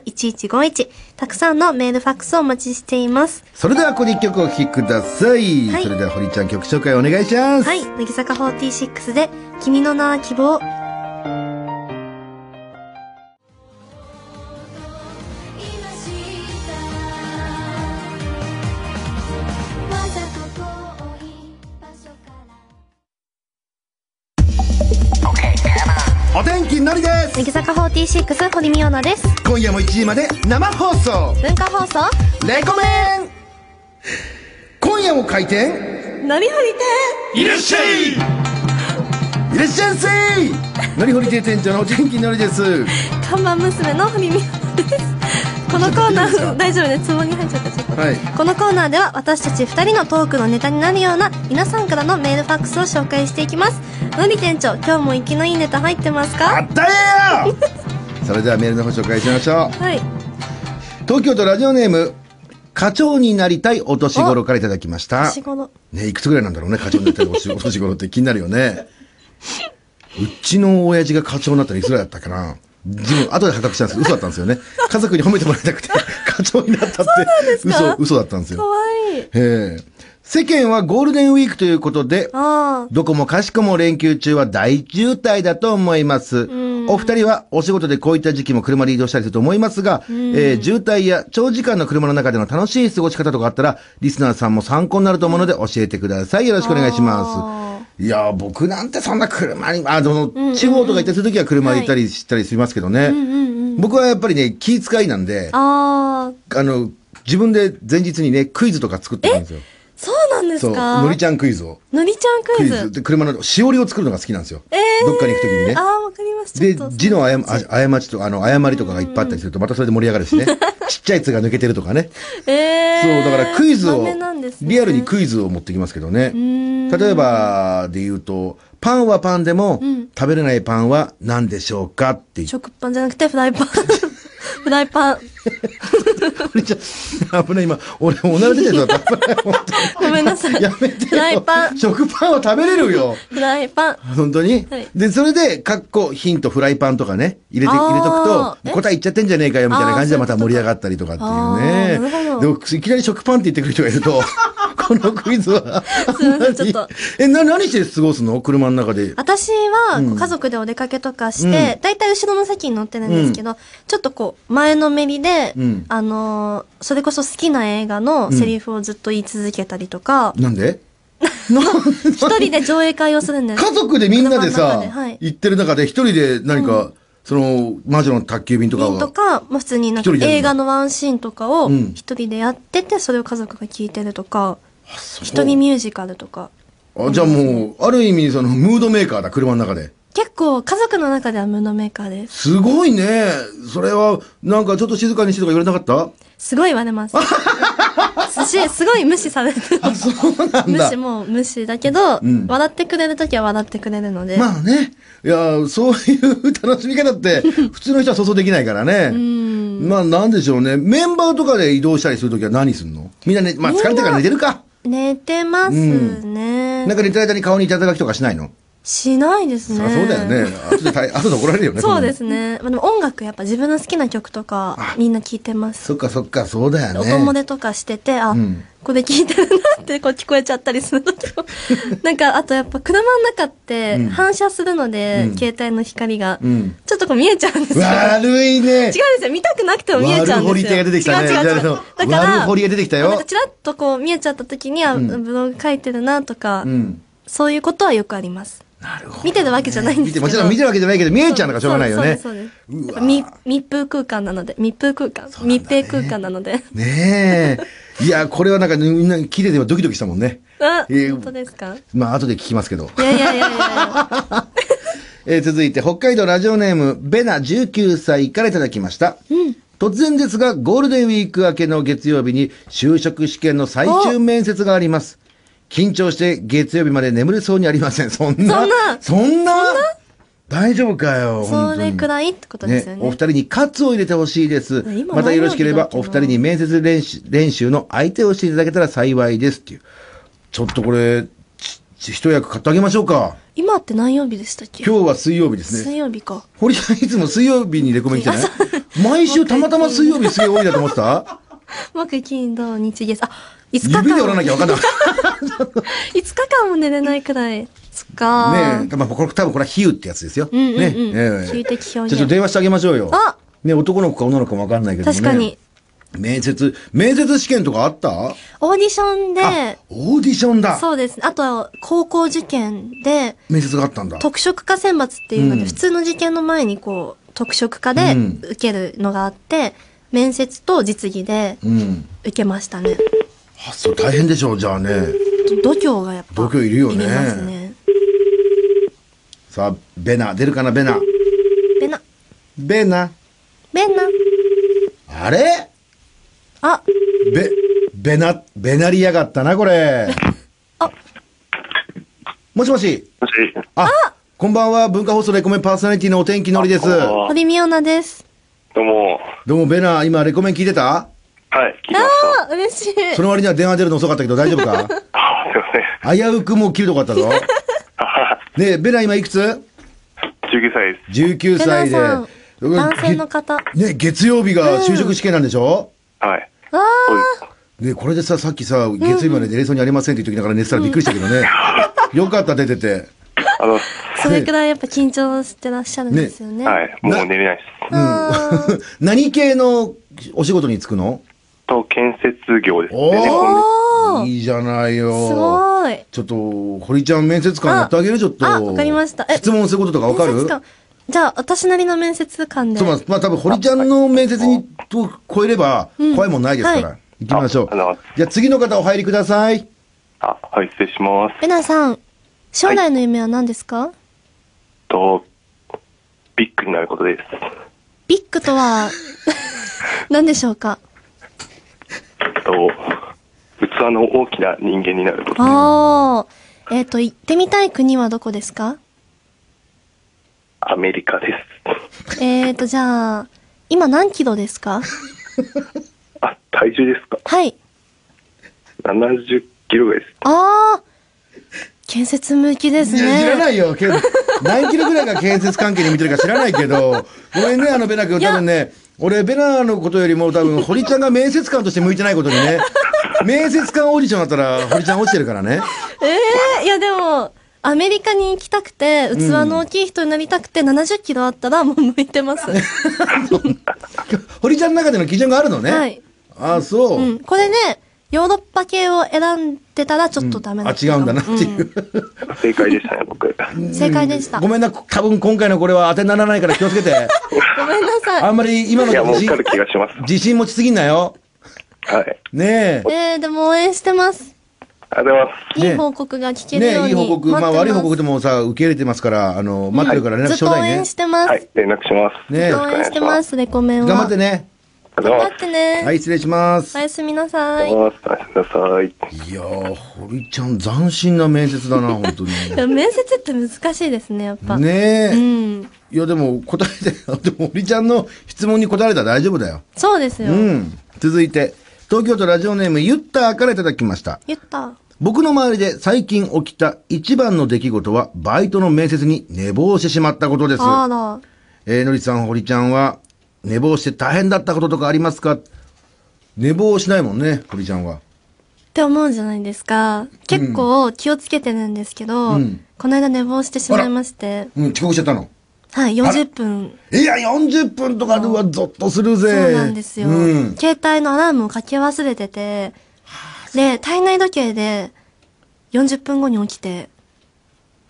[SPEAKER 2] 03-5403-1151、たくさんのメールファックスをお待ちしています。
[SPEAKER 1] それでは、ここで一曲お聴きください。
[SPEAKER 2] はい
[SPEAKER 1] それでは、堀ちゃん曲紹介お願いします。
[SPEAKER 2] はい、乃木坂46で、君の名は希望。
[SPEAKER 1] お天気のりです
[SPEAKER 2] 乃木坂46堀美央奈です
[SPEAKER 1] 今夜も1時まで生放送
[SPEAKER 2] 文化放送
[SPEAKER 1] レコメン今夜も開店
[SPEAKER 2] なりはり
[SPEAKER 1] いらっしゃいいらっしゃいせいのりほり亭店長のお天気のりです
[SPEAKER 2] 亭看板娘の堀美央奈ですこのコーナ
[SPEAKER 1] ちょっといいですか
[SPEAKER 2] ー 大丈夫ですつぼに入っちゃったちょっと
[SPEAKER 1] はい
[SPEAKER 2] このコーナーでは私たち2人のトークのネタになるような皆さんからのメールファックスを紹介していきますのり店長今日も息のいいネタ入ってます
[SPEAKER 1] あ
[SPEAKER 2] か
[SPEAKER 1] ったえよ それではメールの方紹介しましょう
[SPEAKER 2] はい
[SPEAKER 1] 東京都ラジオネーム課長になりたいお年頃からいただきました
[SPEAKER 2] 年頃
[SPEAKER 1] ねいくつぐらいなんだろうね課長になりたいお年お年頃って気になるよねうちの親父が課長になったらいくつぐらいだったかな自分後で発覚したんですけど嘘だったんですよね家族に褒めてもらいた くて課長になったって
[SPEAKER 2] ですか
[SPEAKER 1] 嘘嘘だったんです
[SPEAKER 2] か
[SPEAKER 1] よ
[SPEAKER 2] わいい
[SPEAKER 1] へえ世間はゴールデンウィークということで
[SPEAKER 2] あ
[SPEAKER 1] どこもかしこも連休中は大渋滞だと思います。お二人はお仕事でこういった時期も車で移動したりすると思いますが、えー渋滞や長時間の車の中での楽しい過ごし方とかあったら、リスナーさんも参考になると思うので教えてください。よろしくお願いします。いやー、僕なんてそんな車に、あ、でも、地方とか行ったりするときは車で行ったりしたりしますけどね。僕はやっぱりね、気遣いなんで
[SPEAKER 2] あ、ああ
[SPEAKER 1] あの、自分で前日にね、クイズとか作ってるんですよ。
[SPEAKER 2] そうなんです
[SPEAKER 1] そう、
[SPEAKER 2] か
[SPEAKER 1] のりちゃんクイズを。
[SPEAKER 2] のりちゃんク
[SPEAKER 1] ク
[SPEAKER 2] イ
[SPEAKER 1] イ
[SPEAKER 2] ズ
[SPEAKER 1] ズ。で、車のしおりを作るのが好きなんですよ。
[SPEAKER 2] えー
[SPEAKER 1] どっかに行くときにね
[SPEAKER 2] あ。あわかります
[SPEAKER 1] で
[SPEAKER 2] ちょっ、と
[SPEAKER 1] 字のあやあ誤ちとか、あの、誤りとかがいっぱいあったりすると、またそれで盛り上がるし ね。ちっちゃい「つ」が抜けてるとかね。
[SPEAKER 2] えー、
[SPEAKER 1] そう、だからクイズを
[SPEAKER 2] 豆なんです、ね
[SPEAKER 1] リアルにクイズを持ってきますけどね。例えば、で言うと、パンはパンでも、食べれないパンは何でしょうかって言っ
[SPEAKER 2] 食パンじゃなくてフライパンフライパン
[SPEAKER 1] て。ちゃ危ない、今、俺、おなら出て ると危ない、本当に
[SPEAKER 2] ごめんなさい
[SPEAKER 1] やめてよ。
[SPEAKER 2] フライパン
[SPEAKER 1] 食パンは食べれるよ。
[SPEAKER 2] フライパン
[SPEAKER 1] 本当に、
[SPEAKER 2] はい
[SPEAKER 1] で、それで、かっこ、ヒント、フライパンとかね、入れて、
[SPEAKER 2] あー
[SPEAKER 1] 入れとく
[SPEAKER 2] え
[SPEAKER 1] と、答え言っちゃってんじゃねえかよ、みたいな感じで
[SPEAKER 2] あー
[SPEAKER 1] また盛り上がったりとかっていう
[SPEAKER 2] あーなる
[SPEAKER 1] ね。
[SPEAKER 2] ほ
[SPEAKER 1] で
[SPEAKER 2] ど
[SPEAKER 1] も、いきなり食パンって言ってくる人がいる と、このクイズは、
[SPEAKER 2] すいませんちょっと
[SPEAKER 1] え、な、何して過ごすの車の中で。
[SPEAKER 2] 私は、こう家族でお出かけとかして、だいたい後ろの席に乗ってるんですけど、ちょっとこう、前のめりで、
[SPEAKER 1] ん
[SPEAKER 2] あのーそれこそ好きな映画のセリフをずっと言い続けたりとか、
[SPEAKER 1] なん でな
[SPEAKER 2] 一人で上映会をするんです。
[SPEAKER 1] 家族でみんなで
[SPEAKER 2] 車の
[SPEAKER 1] さ
[SPEAKER 2] 中で、はい
[SPEAKER 1] 行ってる中で、一人で何か、その、魔女の宅急便とか
[SPEAKER 2] 瓶
[SPEAKER 1] を。
[SPEAKER 2] とか、まあ、普通になんか
[SPEAKER 1] 一人でやるの
[SPEAKER 2] 映画のワンシーンとかを
[SPEAKER 1] うん
[SPEAKER 2] 一人でやってて、それを家族が聞いてるとか、
[SPEAKER 1] そう
[SPEAKER 2] 一人ミュージカルとか。
[SPEAKER 1] あじゃあもう、ある意味、その、ムードメーカーだ、車の中で。
[SPEAKER 2] 結構家族の中ではムードメーカーです。
[SPEAKER 1] すごいね。それは、なんかちょっと静かにしてとか言われなかった
[SPEAKER 2] すごい言わ れます。すし、すごい無視されてる。
[SPEAKER 1] そうなん
[SPEAKER 2] 無
[SPEAKER 1] だ
[SPEAKER 2] 視。もう無視だけど、
[SPEAKER 1] ん
[SPEAKER 2] 笑ってくれるときは笑ってくれるので、
[SPEAKER 1] まあね。いや、そういう楽しみ方 って、普通の人は想像できないからね。まあなんでしょうね。メンバーとかで移動したりするときは何すんのみんなね、まあ疲れてるから寝てるか。
[SPEAKER 2] 寝てますね、
[SPEAKER 1] なんか寝てる間に顔にいただきとかしないの
[SPEAKER 2] しないですね
[SPEAKER 1] そりゃそうだよね。後で 大、後で怒られるよね。。
[SPEAKER 2] そうですすね、まあ、でも音楽やっぱ自分の好きな曲とかみんな聴いてます
[SPEAKER 1] そっかそっか、そうだよ
[SPEAKER 2] お
[SPEAKER 1] ね。
[SPEAKER 2] 友達とかしててあ、
[SPEAKER 1] ん
[SPEAKER 2] これ聴いてるなってこう聞こえちゃったりする 時もなんかあとやっぱ車の中って反射するので、携帯の光が、
[SPEAKER 1] ん
[SPEAKER 2] ちょっとこう見えちゃうんですよ
[SPEAKER 1] 悪いね。
[SPEAKER 2] 違うんですよ。見たくなくても見えちゃうんですよ。
[SPEAKER 1] 悪堀手が出てきたね
[SPEAKER 2] 違う違う違う
[SPEAKER 1] じゃああ
[SPEAKER 2] だ
[SPEAKER 1] の
[SPEAKER 2] から、
[SPEAKER 1] 悪堀が出てきたよ
[SPEAKER 2] なんかちらっとこう見えちゃった時に、あ、ブログ書いてるなとか、
[SPEAKER 1] ん
[SPEAKER 2] そういうことはよくあります。
[SPEAKER 1] なるほど。
[SPEAKER 2] 見てるわけじゃないんです
[SPEAKER 1] 見
[SPEAKER 2] け
[SPEAKER 1] て、
[SPEAKER 2] ど。
[SPEAKER 1] もちろん見てるわけじゃないけど、見えちゃうのがしょうがないよね。
[SPEAKER 2] そうですそうです
[SPEAKER 1] う
[SPEAKER 2] そ
[SPEAKER 1] わ
[SPEAKER 2] うです。密密封空間なので、密封空間、密閉空間な ので。
[SPEAKER 1] ねえ。いや、これはなんかみんな聞いててドキドキしたもんね。
[SPEAKER 2] あ、
[SPEAKER 1] えー
[SPEAKER 2] 本当ですか
[SPEAKER 1] まあ、後で聞きますけど。
[SPEAKER 2] いやいやいやい や。
[SPEAKER 1] えー続いて、北海道ラジオネーム、ベナ19歳からいただきました。突然ですが、ゴールデンウィーク明けの月曜日に就職試験の最終面接があります。緊張して月曜日まで眠れそうにありません。そんな。そんな大丈夫かよ。
[SPEAKER 2] そ
[SPEAKER 1] 本当
[SPEAKER 2] れ
[SPEAKER 1] に
[SPEAKER 2] くらいってことですよ
[SPEAKER 1] ね、お
[SPEAKER 2] ね
[SPEAKER 1] 二。人にカツを入れてほしいです。
[SPEAKER 2] 今
[SPEAKER 1] またよろしければ
[SPEAKER 2] 前の日だけど
[SPEAKER 1] お二人に面接練習練習の相手をしていただけたら幸いですっていう。ちょっとこれ、ちち一役買ってあげましょうか。
[SPEAKER 2] 今って何曜日でしたっけ
[SPEAKER 1] 今日は水曜日ですね。
[SPEAKER 2] 水曜日か。
[SPEAKER 1] 堀ちゃんいつも水曜日にレコメン来てない 毎週たまたま水曜日すげえ多いなと思って た
[SPEAKER 2] 木、金、土、日、月。あ、5日間。
[SPEAKER 1] 指で折らなきゃわかんない。
[SPEAKER 2] 5日間 も寝れないくらい。そっ かー。
[SPEAKER 1] ねえ、まあ、これ多分これは比喩ってやつですよ。
[SPEAKER 2] んうんうん
[SPEAKER 1] ねえ
[SPEAKER 2] 比喩的表現
[SPEAKER 1] ちょっと電話してあげましょうよ。
[SPEAKER 2] あ
[SPEAKER 1] ね、男の子か女の子もわかんないけどもね。
[SPEAKER 2] 確かに。
[SPEAKER 1] 面接、面接試験とかあった
[SPEAKER 2] オーディション
[SPEAKER 1] あ
[SPEAKER 2] で、
[SPEAKER 1] オーディションだ
[SPEAKER 2] そうですね。あとは、高校受験で、
[SPEAKER 1] 面接があったんだ。
[SPEAKER 2] 特色化選抜っていうので、
[SPEAKER 1] うん
[SPEAKER 2] 普通の受験の前にこう、特色化で
[SPEAKER 1] うん
[SPEAKER 2] 受けるのがあって、面接と実技で
[SPEAKER 1] うん。
[SPEAKER 2] 受けましたね。
[SPEAKER 1] あ、そう、大変でしょう、じゃあね。
[SPEAKER 2] 度胸がやっぱ。
[SPEAKER 1] 度胸いるよね
[SPEAKER 2] いりますね。
[SPEAKER 1] さあ、ベナ、出るかな、ベナ。
[SPEAKER 2] ベナ、
[SPEAKER 1] ベナ。
[SPEAKER 2] ベナ。
[SPEAKER 1] あれ
[SPEAKER 2] あ、
[SPEAKER 1] べ、べな、べなりやがったな、これ。
[SPEAKER 2] あ
[SPEAKER 1] もしもし。
[SPEAKER 4] もし、
[SPEAKER 1] あ、こんばんは、文化放送レコメンパーソナリティのお天気のりです。
[SPEAKER 4] こんばんは
[SPEAKER 2] 堀美央奈です。
[SPEAKER 4] どうも、
[SPEAKER 1] どうも、ベナ、今、レコメン聞いてた
[SPEAKER 4] はい、聞きました。
[SPEAKER 2] ああ、嬉しい。
[SPEAKER 1] その割には電話出るの遅かったけど、大丈夫 か
[SPEAKER 4] あ、 すいません。
[SPEAKER 1] 危うくもう切るとこあったぞ。ねえ、ベナ今いくつ
[SPEAKER 4] 19歳です。
[SPEAKER 1] ?19
[SPEAKER 2] ベナ
[SPEAKER 1] 歳で。
[SPEAKER 2] さん、男性の方。わ
[SPEAKER 1] ね、月曜日が就職試験なんでしょ、
[SPEAKER 4] はい。
[SPEAKER 2] あ、
[SPEAKER 4] そうです。
[SPEAKER 1] ね、これでさ、さっきさ、月曜日まで寝れそうにありませんって言ってきながら寝てたらびっくりしたけど ね。よかった、出てて。
[SPEAKER 4] あの、
[SPEAKER 2] それくらいやっぱ緊張してらっしゃるんですよね。
[SPEAKER 4] はい、もう寝れないです。
[SPEAKER 2] あー
[SPEAKER 1] 何系のお仕事に就くの
[SPEAKER 4] と、建設業です
[SPEAKER 1] おー
[SPEAKER 4] ね。猫
[SPEAKER 2] おー
[SPEAKER 1] いいじゃないよ。
[SPEAKER 2] すごい。
[SPEAKER 1] ちょっと、堀ちゃん面接官やってあげる、ちょっと。
[SPEAKER 2] あわかりましたえ
[SPEAKER 1] 質問することとかわかる
[SPEAKER 2] 面接官じゃあ、私なりの面接官で。
[SPEAKER 1] そうまあ、まあ、多分堀ちゃんの面接にと超えれば、怖いもんないですから。
[SPEAKER 2] は
[SPEAKER 1] 行きましょう
[SPEAKER 4] ああの。
[SPEAKER 1] じゃあ次の方お入りください。
[SPEAKER 4] あ、はい、失礼します。
[SPEAKER 2] ベナさん、将来の夢は何ですか、
[SPEAKER 4] と、ビッグになることです。
[SPEAKER 2] ビッグ とは、何でしょうか
[SPEAKER 4] と、器の大きな人間になること。
[SPEAKER 2] あー。えっ、と、行ってみたい国はどこですか
[SPEAKER 4] アメリカです。
[SPEAKER 2] えっ、と、じゃあ、今何キロですか
[SPEAKER 4] あ、体重ですか
[SPEAKER 2] はい。
[SPEAKER 4] ?70 キロぐらいです。
[SPEAKER 2] あー。建設向きです
[SPEAKER 1] いや知ら
[SPEAKER 2] ね。
[SPEAKER 1] ないよ。 けど何キロぐらいが建設関係に見てるか知らないけど、ごめんね、あの、ベナ君。
[SPEAKER 2] いや
[SPEAKER 1] 多分ね、俺、ベナのことよりも多分、堀ちゃんが面接官として向いてないことに ね、面接官オーディションだったら、堀ちゃん落ちてるからね。
[SPEAKER 2] ええー、いやでも、アメリカに行きたくて、器の大きい人になりたくて、70キロあったらもう向い てます。
[SPEAKER 1] 堀ちゃんの中での基準があるのね。
[SPEAKER 2] はい。
[SPEAKER 1] あ、そう。
[SPEAKER 2] うん。これね、ヨーロッパ系を選んでたらちょっとダメだ
[SPEAKER 1] あ、
[SPEAKER 2] った
[SPEAKER 1] 違
[SPEAKER 2] か
[SPEAKER 1] う
[SPEAKER 2] も
[SPEAKER 1] んだなっていう。
[SPEAKER 4] 正解でしたね、 僕。
[SPEAKER 2] うん正解でした。
[SPEAKER 1] ごめんな、多分今回のこれは当てにならないから気をつけ て。
[SPEAKER 2] ごめんなさい。
[SPEAKER 1] あんまり今の
[SPEAKER 4] いや、もう
[SPEAKER 1] 自
[SPEAKER 4] 分か
[SPEAKER 1] 信
[SPEAKER 4] る気がします。
[SPEAKER 1] 自信持ちすぎんなよ。
[SPEAKER 4] はい。
[SPEAKER 1] ね
[SPEAKER 2] えー、でも応援してます。
[SPEAKER 4] ありがとうございます。
[SPEAKER 2] い
[SPEAKER 1] ね
[SPEAKER 2] い報告が聞
[SPEAKER 1] え。
[SPEAKER 2] けるよ
[SPEAKER 1] ねえ、
[SPEAKER 2] う
[SPEAKER 1] いい
[SPEAKER 2] に待って
[SPEAKER 1] 報
[SPEAKER 2] ます。
[SPEAKER 1] 告、まあ悪い報告でもさ、受け入れてますから、あの、待ってるから連絡
[SPEAKER 2] ずっ
[SPEAKER 1] ちょ
[SPEAKER 2] と
[SPEAKER 1] う
[SPEAKER 2] 応
[SPEAKER 1] だいね
[SPEAKER 2] 援し。てます。
[SPEAKER 4] はい、連絡します。
[SPEAKER 1] ねえ
[SPEAKER 4] よろ
[SPEAKER 2] 応
[SPEAKER 4] しくお願
[SPEAKER 2] 援
[SPEAKER 4] い
[SPEAKER 2] して
[SPEAKER 4] し
[SPEAKER 2] ま
[SPEAKER 4] ます。
[SPEAKER 2] す、レコメンは。
[SPEAKER 1] 頑張ってね。
[SPEAKER 4] ありがと
[SPEAKER 2] 頑
[SPEAKER 4] うご
[SPEAKER 2] 張
[SPEAKER 4] ざい
[SPEAKER 2] ってね。
[SPEAKER 1] はい、失礼します
[SPEAKER 2] お。やすみなさい。い
[SPEAKER 4] ます。おやすみなさい。
[SPEAKER 1] いやー、堀ちゃん、斬新な面接だな、本当に。
[SPEAKER 2] や面接って難しいですね、やっぱ。
[SPEAKER 1] ねえ。
[SPEAKER 2] うん。
[SPEAKER 1] いや、でも、答えて、 でも、堀ちゃんの質問に答えたら大丈夫だよ。
[SPEAKER 2] そうですよ。
[SPEAKER 1] うん。続いて、東京都ラジオネーム、ゆったーからいただきました。
[SPEAKER 2] 言った。
[SPEAKER 1] 僕の周りで最近起きた一番の出来事は、バイトの面接に寝坊してしまったことです。
[SPEAKER 2] あら。
[SPEAKER 1] えー、のりさん、堀ちゃんは、寝坊して大変だったこととかありますか寝坊しないもんね、堀ちゃんは。
[SPEAKER 2] って思うじゃないですか。結構気をつけてるんですけど、
[SPEAKER 1] うん
[SPEAKER 2] この間寝坊してしまいまして、
[SPEAKER 1] うん、遅刻しちゃったの。
[SPEAKER 2] はい、40分。
[SPEAKER 1] いや、40分とかではゾッとするぜ。
[SPEAKER 2] そうなんですよ、
[SPEAKER 1] うん。
[SPEAKER 2] 携帯のアラームをかけ忘れてて、で、体内時計で40分後に起きて、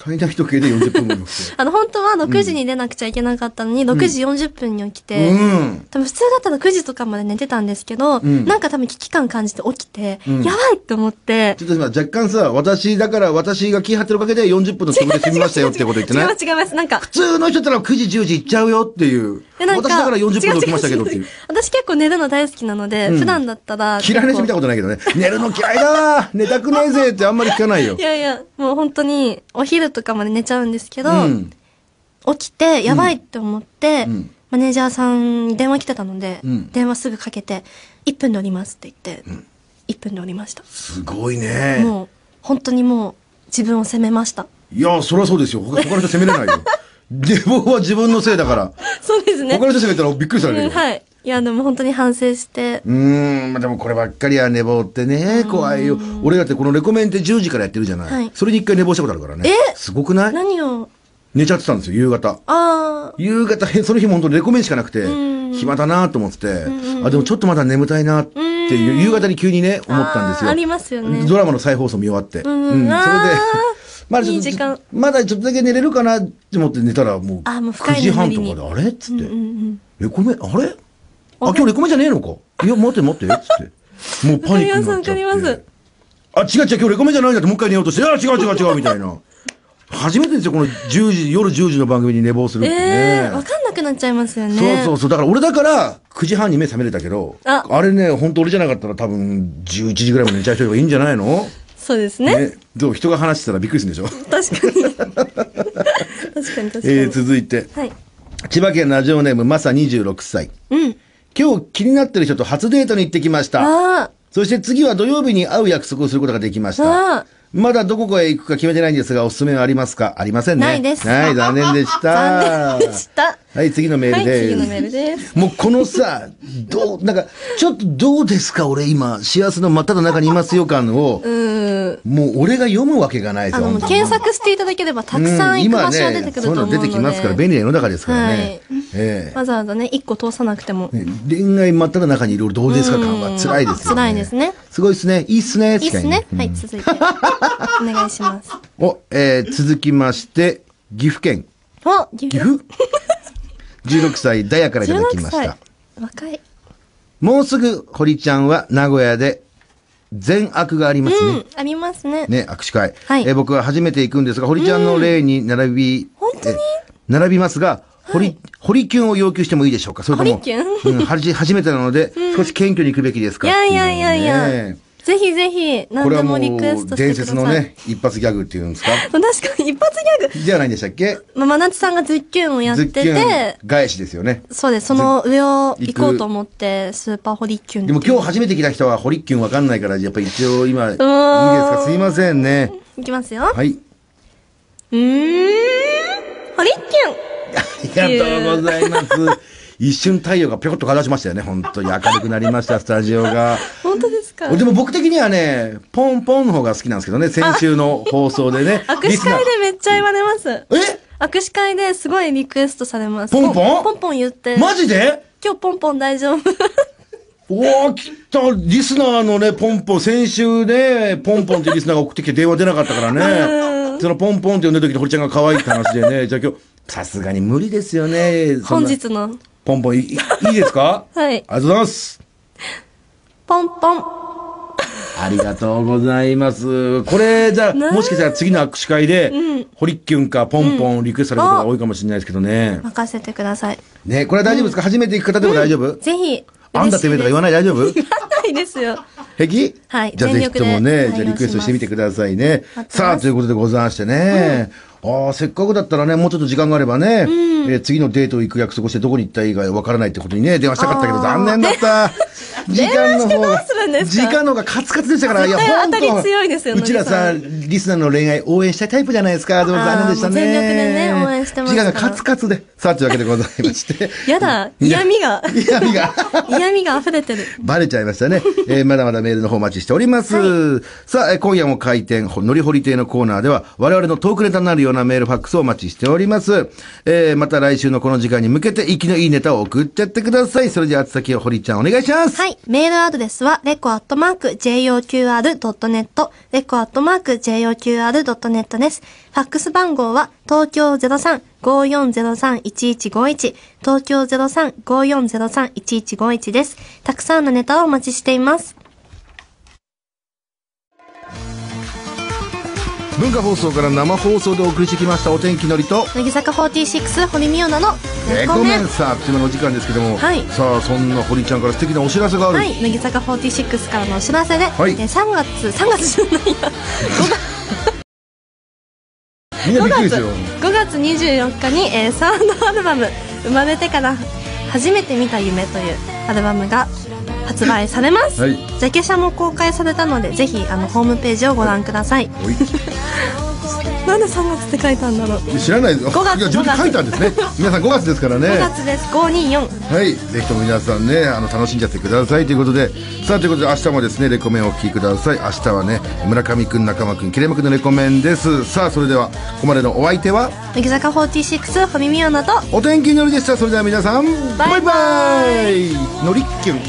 [SPEAKER 1] 体内時計で40分後に 起きて
[SPEAKER 2] あの、本当は6時に出なくちゃいけなかったのに、6時40分に起きて、
[SPEAKER 1] うん。
[SPEAKER 2] 多分普通だったら9時とかまで寝てたんですけど、
[SPEAKER 1] ん
[SPEAKER 2] なんか多分危機感感じて起きて、
[SPEAKER 1] ん
[SPEAKER 2] やばいって思って
[SPEAKER 1] ち、ょっと今、若干さ、私だから、私が気張ってるおかげで40分の遅刻で済みましたよってこと言って
[SPEAKER 2] 違い
[SPEAKER 1] な
[SPEAKER 2] ま
[SPEAKER 1] い
[SPEAKER 2] す違います、なんか、
[SPEAKER 1] 普通の人だったら9時、10時行っちゃうよっていう。
[SPEAKER 2] でなん
[SPEAKER 1] 私だから40分で起きましたけどってい
[SPEAKER 2] 違違
[SPEAKER 1] う
[SPEAKER 2] 違。私結構寝るの大好きなので、普段だったら。
[SPEAKER 1] 嫌いな人見た
[SPEAKER 2] こ
[SPEAKER 1] ことないけど ね。寝るの嫌いだわ寝たくねえぜってあんまり聞かないよ
[SPEAKER 2] い。やいや、もう本当に、お昼とかまで寝ちゃうんですけど、
[SPEAKER 1] うん。
[SPEAKER 2] 起きて、やばいって思って、
[SPEAKER 1] うんうん
[SPEAKER 2] マネージャーさんに電話来てたので、
[SPEAKER 1] うん
[SPEAKER 2] 電話すぐかけて、1分でおりますって言って、1分でおりました。
[SPEAKER 1] すごいね。
[SPEAKER 2] もう、本当にもう、自分を責めま した。
[SPEAKER 1] いや、そりゃそうですよ。他他の人責めれない よ。寝坊は自分のせいだから。
[SPEAKER 2] そうですね。
[SPEAKER 1] 他の人責めたらびっくりされる
[SPEAKER 2] う
[SPEAKER 1] よ。
[SPEAKER 2] ん、はい。いや、でも本当に反省して、
[SPEAKER 1] うーん、まあでもこればっかりは寝坊ってね、怖いよ。俺だってこのレコメンって10時からやってるじゃない。
[SPEAKER 2] はい
[SPEAKER 1] それに一回寝坊したことあるからね。
[SPEAKER 2] え
[SPEAKER 1] すごくない
[SPEAKER 2] 何を、
[SPEAKER 1] 寝ちゃってたんですよ、夕方。
[SPEAKER 2] ああ、
[SPEAKER 1] 夕方、へその日も本当にレコメンしかなくて、
[SPEAKER 2] ん
[SPEAKER 1] 暇だなと思ってて、あ、でもちょっとまだ眠たいなっていう、夕方に急にね、思ったんですよ。
[SPEAKER 2] あーありますよね
[SPEAKER 1] ドラマの再放送見終わって。
[SPEAKER 2] ん
[SPEAKER 1] それで
[SPEAKER 2] あー、
[SPEAKER 1] まだちょ
[SPEAKER 2] い
[SPEAKER 1] っ
[SPEAKER 2] い時間
[SPEAKER 1] と、まだちょっとだけ寝れるかなって思って寝たら、もう、
[SPEAKER 2] あーもう深い
[SPEAKER 1] 9時半
[SPEAKER 2] 眠
[SPEAKER 1] と
[SPEAKER 2] りに
[SPEAKER 1] かで、あれっつって、 レコメ、あれあ、今日レコメじゃねえ のかいや、待って待って、つって。もうパニックになっちゃって。
[SPEAKER 2] わかりますわか
[SPEAKER 1] あ、違う違う、今日レコメじゃないんだって、もう一回寝ようとして、あ、違う違 う違う、みたいな。初めてですよ、この10時、夜10時の番組に寝坊するってね。
[SPEAKER 2] ええー、わかんなくなっちゃいますよね。
[SPEAKER 1] そうそうそう。だから俺だから、9時半に目覚めれたけど、
[SPEAKER 2] あ
[SPEAKER 1] あれね、本当俺じゃなかったら多分、11時ぐらいまで寝ちゃう人がいいんじゃないの
[SPEAKER 2] そうですね。
[SPEAKER 1] ね。どう人が話してたらびっくりするんでしょ
[SPEAKER 2] 確かに。確かに確かに。
[SPEAKER 1] えー、続いて。
[SPEAKER 2] はい。
[SPEAKER 1] 千葉県ラジオネーム、マサ26歳。
[SPEAKER 2] うん。
[SPEAKER 1] 今日気になってる人と初デートに行ってきました。
[SPEAKER 2] あ
[SPEAKER 1] そして次は土曜日に会う約束をすることができまし
[SPEAKER 2] あ
[SPEAKER 1] た。まだどこへ行くか決めてないんですが、おすすめはありますかありませんね。
[SPEAKER 2] ないです
[SPEAKER 1] はい、残念でし
[SPEAKER 2] あ、
[SPEAKER 1] た。
[SPEAKER 2] 残念でした。
[SPEAKER 1] はい、次のメー
[SPEAKER 2] は
[SPEAKER 1] ル
[SPEAKER 2] い、
[SPEAKER 1] です。
[SPEAKER 2] 次のメールです。
[SPEAKER 1] もうこのさ、どう、なんか、ちょっとどうですか俺今、幸せの真っ只中にいますよ感を
[SPEAKER 2] う、ーん。
[SPEAKER 1] もう俺が読むわけがないで
[SPEAKER 2] あ
[SPEAKER 1] すよ。
[SPEAKER 2] の、もう
[SPEAKER 1] 本当に
[SPEAKER 2] 検索していただければ、たくさん行く場所は出てくると思う
[SPEAKER 1] うん
[SPEAKER 2] ので。
[SPEAKER 1] 今ね、そういうの出てきますから、便利な世の中ですからね。
[SPEAKER 2] はい
[SPEAKER 1] ええ
[SPEAKER 2] わざわざね、一個通さなくても。
[SPEAKER 1] ね恋愛真っ只中にいる俺どうですか感は辛いですよね。
[SPEAKER 2] 辛いですね。
[SPEAKER 1] すごいっすね。いいっすね。
[SPEAKER 2] いいっすね。
[SPEAKER 1] うん
[SPEAKER 2] はい、続いて。お願いします。
[SPEAKER 1] お、えー、続きまして、岐阜県。
[SPEAKER 2] お、
[SPEAKER 1] 岐 阜 ?16 歳、ダヤからいただきまし
[SPEAKER 2] 16歳
[SPEAKER 1] た。
[SPEAKER 2] 若い。
[SPEAKER 1] もうすぐ、堀ちゃんは名古屋で、善悪がありますね。
[SPEAKER 2] うん、ありますね。
[SPEAKER 1] ね、握手会。
[SPEAKER 2] はい
[SPEAKER 1] えー僕は初めて行くんですが、堀ちゃんの例に並び、
[SPEAKER 2] 本当に
[SPEAKER 1] えー並びますが、堀、堀キュンを要求してもいいでしょうかそれとも、
[SPEAKER 2] 堀キュ
[SPEAKER 1] ンうん、はじ初めてなの で、少し謙虚に行くべきです
[SPEAKER 2] い
[SPEAKER 1] か
[SPEAKER 2] やいやいやい
[SPEAKER 1] ってう
[SPEAKER 2] や
[SPEAKER 1] ね。
[SPEAKER 2] ぜひぜひ、何
[SPEAKER 1] これ
[SPEAKER 2] で
[SPEAKER 1] はも
[SPEAKER 2] も
[SPEAKER 1] う
[SPEAKER 2] リクエストしてください。
[SPEAKER 1] 伝説のね、一発ギャグっていうんですか
[SPEAKER 2] 確かに、一発ギャグ。
[SPEAKER 1] じゃないんでしたっけ
[SPEAKER 2] まあ、真夏さんがズッキュンをやっ
[SPEAKER 1] ズ
[SPEAKER 2] て
[SPEAKER 1] ッキュン
[SPEAKER 2] て、
[SPEAKER 1] 返しですよね。
[SPEAKER 2] そうです。その上を
[SPEAKER 1] 行
[SPEAKER 2] 行
[SPEAKER 1] く
[SPEAKER 2] こうと思って、スーパーホリキュン。
[SPEAKER 1] でも今日初めて来た人は堀キュンわかんないから、やっぱ一応今、いいです
[SPEAKER 2] ー
[SPEAKER 1] かすいませんね。
[SPEAKER 2] 日。いきますよ。
[SPEAKER 1] はい。
[SPEAKER 2] うーん、ホリキュン。
[SPEAKER 1] ありがとうございます。一瞬太陽がぴょこっと顔出しましたよね。本当に明るくなりました、スタジオが。
[SPEAKER 2] 本当ですか
[SPEAKER 1] でも僕的にはね、ポンポンの方が好きなんですけどね、先週の放送でね。
[SPEAKER 2] 握手
[SPEAKER 1] リスナー
[SPEAKER 2] 会でめっちゃ言われます。
[SPEAKER 1] え
[SPEAKER 2] 握手会ですごいリクエストされます。
[SPEAKER 1] ポンポン
[SPEAKER 2] ポンポン言って。
[SPEAKER 1] マジで
[SPEAKER 2] 今日ポンポン大丈 夫。
[SPEAKER 1] おお来たリスナーのね、ポンポン、先週ね、ポンポンってリスナーが送ってきて電話出なかったからね。そのポンポンって呼んだ時に堀ちゃんが可愛いって話でね、じゃあ今日、さすがに無理ですよね。そん
[SPEAKER 2] 本
[SPEAKER 1] な
[SPEAKER 2] 日の。
[SPEAKER 1] ポンポンいい、いいですか
[SPEAKER 2] はい
[SPEAKER 1] ありがとうございます。
[SPEAKER 2] ポンポン。
[SPEAKER 1] ありがとうございます。これ、じゃあ、
[SPEAKER 2] なあ
[SPEAKER 1] もしかしたら次の握手会で、ホリッキュンかポンポンリクエストされることが多いかもしれないですけどね。
[SPEAKER 2] 任せてください。
[SPEAKER 1] ね、これは大丈夫ですか初めて行く方でも大丈夫
[SPEAKER 2] ぜひ。
[SPEAKER 1] あんだてめえとか言わ
[SPEAKER 2] ない。
[SPEAKER 1] ない大丈夫
[SPEAKER 2] 言わないです よ。
[SPEAKER 1] 平気
[SPEAKER 2] はい
[SPEAKER 1] じゃあぜ
[SPEAKER 2] 全
[SPEAKER 1] ひ
[SPEAKER 2] 力
[SPEAKER 1] と
[SPEAKER 2] で
[SPEAKER 1] もね、
[SPEAKER 2] 対応
[SPEAKER 1] じゃあリクエストしてみてくださいね
[SPEAKER 2] しま。す
[SPEAKER 1] さあ、ということでございましてね。ああ、せっかくだったらね、もうちょっと時間があればね、えー次のデート行く約束をしてどこに行った以外わからないってことにね、電話したかったけど
[SPEAKER 2] あ
[SPEAKER 1] 残
[SPEAKER 2] ー
[SPEAKER 1] 念だっ た。時間の方
[SPEAKER 2] 電話
[SPEAKER 1] が
[SPEAKER 2] してどうするんです
[SPEAKER 1] 時
[SPEAKER 2] か
[SPEAKER 1] 間の方がカツカツでしたから、いや、
[SPEAKER 2] 絶対
[SPEAKER 1] 本
[SPEAKER 2] 当たり強いですよ
[SPEAKER 1] うちらさ、
[SPEAKER 2] 乃
[SPEAKER 1] リスナーの恋愛応援したいタイプじゃないですか。でも残念でしたね。
[SPEAKER 2] あーもう全力でね応援してます
[SPEAKER 1] 時
[SPEAKER 2] から
[SPEAKER 1] 間がカツカツで。さあ、というわけでございまして。
[SPEAKER 2] やだ。嫌 味が。
[SPEAKER 1] 嫌味が。
[SPEAKER 2] 嫌味が溢れてる。
[SPEAKER 1] バレちゃいました ね。えーまだまだメールの方お待ちしております。さあ、えー今夜も開店、ほのりほり亭のコーナーでは、我々のトークネタになるようなメールファックスをお待ちしております。えーまた来週のこの時間に向けて、息のいいネタを送っちゃってください。それでは、あつ先をほりちゃんお願いします。
[SPEAKER 2] はい。メールアドレスは、レコアットマーク JOQR.net、レコアットマーク JOQR.net です。ファックス番号は、東京03-5403-1151、東京03-5403-1151です。たくさんのネタをお待ちしています。
[SPEAKER 1] 文化放送から生放送でお送りしてきました、お天気のりと、
[SPEAKER 2] 乃木坂46、堀美央奈の
[SPEAKER 1] え
[SPEAKER 2] レ
[SPEAKER 1] ー
[SPEAKER 2] コ
[SPEAKER 1] ご
[SPEAKER 2] メ
[SPEAKER 1] め
[SPEAKER 2] ン
[SPEAKER 1] ん。さあ、あっちのお時間ですけども、
[SPEAKER 2] はい
[SPEAKER 1] さあ、そんなほりちゃんから素敵なお知らせがある。
[SPEAKER 2] はい、乃木坂46からのお知らせで、
[SPEAKER 1] はい
[SPEAKER 2] えー3月、3月じゃないや、
[SPEAKER 1] みんなびっくりで
[SPEAKER 2] 5月
[SPEAKER 1] すよ。
[SPEAKER 2] 5月24日に、えーサウンドアルバム「生まれてから初めて見た夢」というアルバムが発売されます、
[SPEAKER 1] はい
[SPEAKER 2] ジャケ写も公開されたのでぜひあのホームページをご覧ください、
[SPEAKER 1] おい
[SPEAKER 2] なんで3月って書いたんだろう5
[SPEAKER 1] 知らないです
[SPEAKER 2] 五月
[SPEAKER 1] いや自分で書いたんですね皆さん5月ですからね
[SPEAKER 2] 月です524
[SPEAKER 1] はい、ぜひとも皆さんねあの楽しんじゃってくださいということでさあということで明日もですねレコメンをお聞きください明日はね村上くん中間くん桐山くんのレコメンですさあそれではここまでのお相手は
[SPEAKER 2] 乃木坂46ファミミオナと
[SPEAKER 1] お天気のりでしたそれでは皆さん
[SPEAKER 2] バイバイ
[SPEAKER 1] イのりっきゅん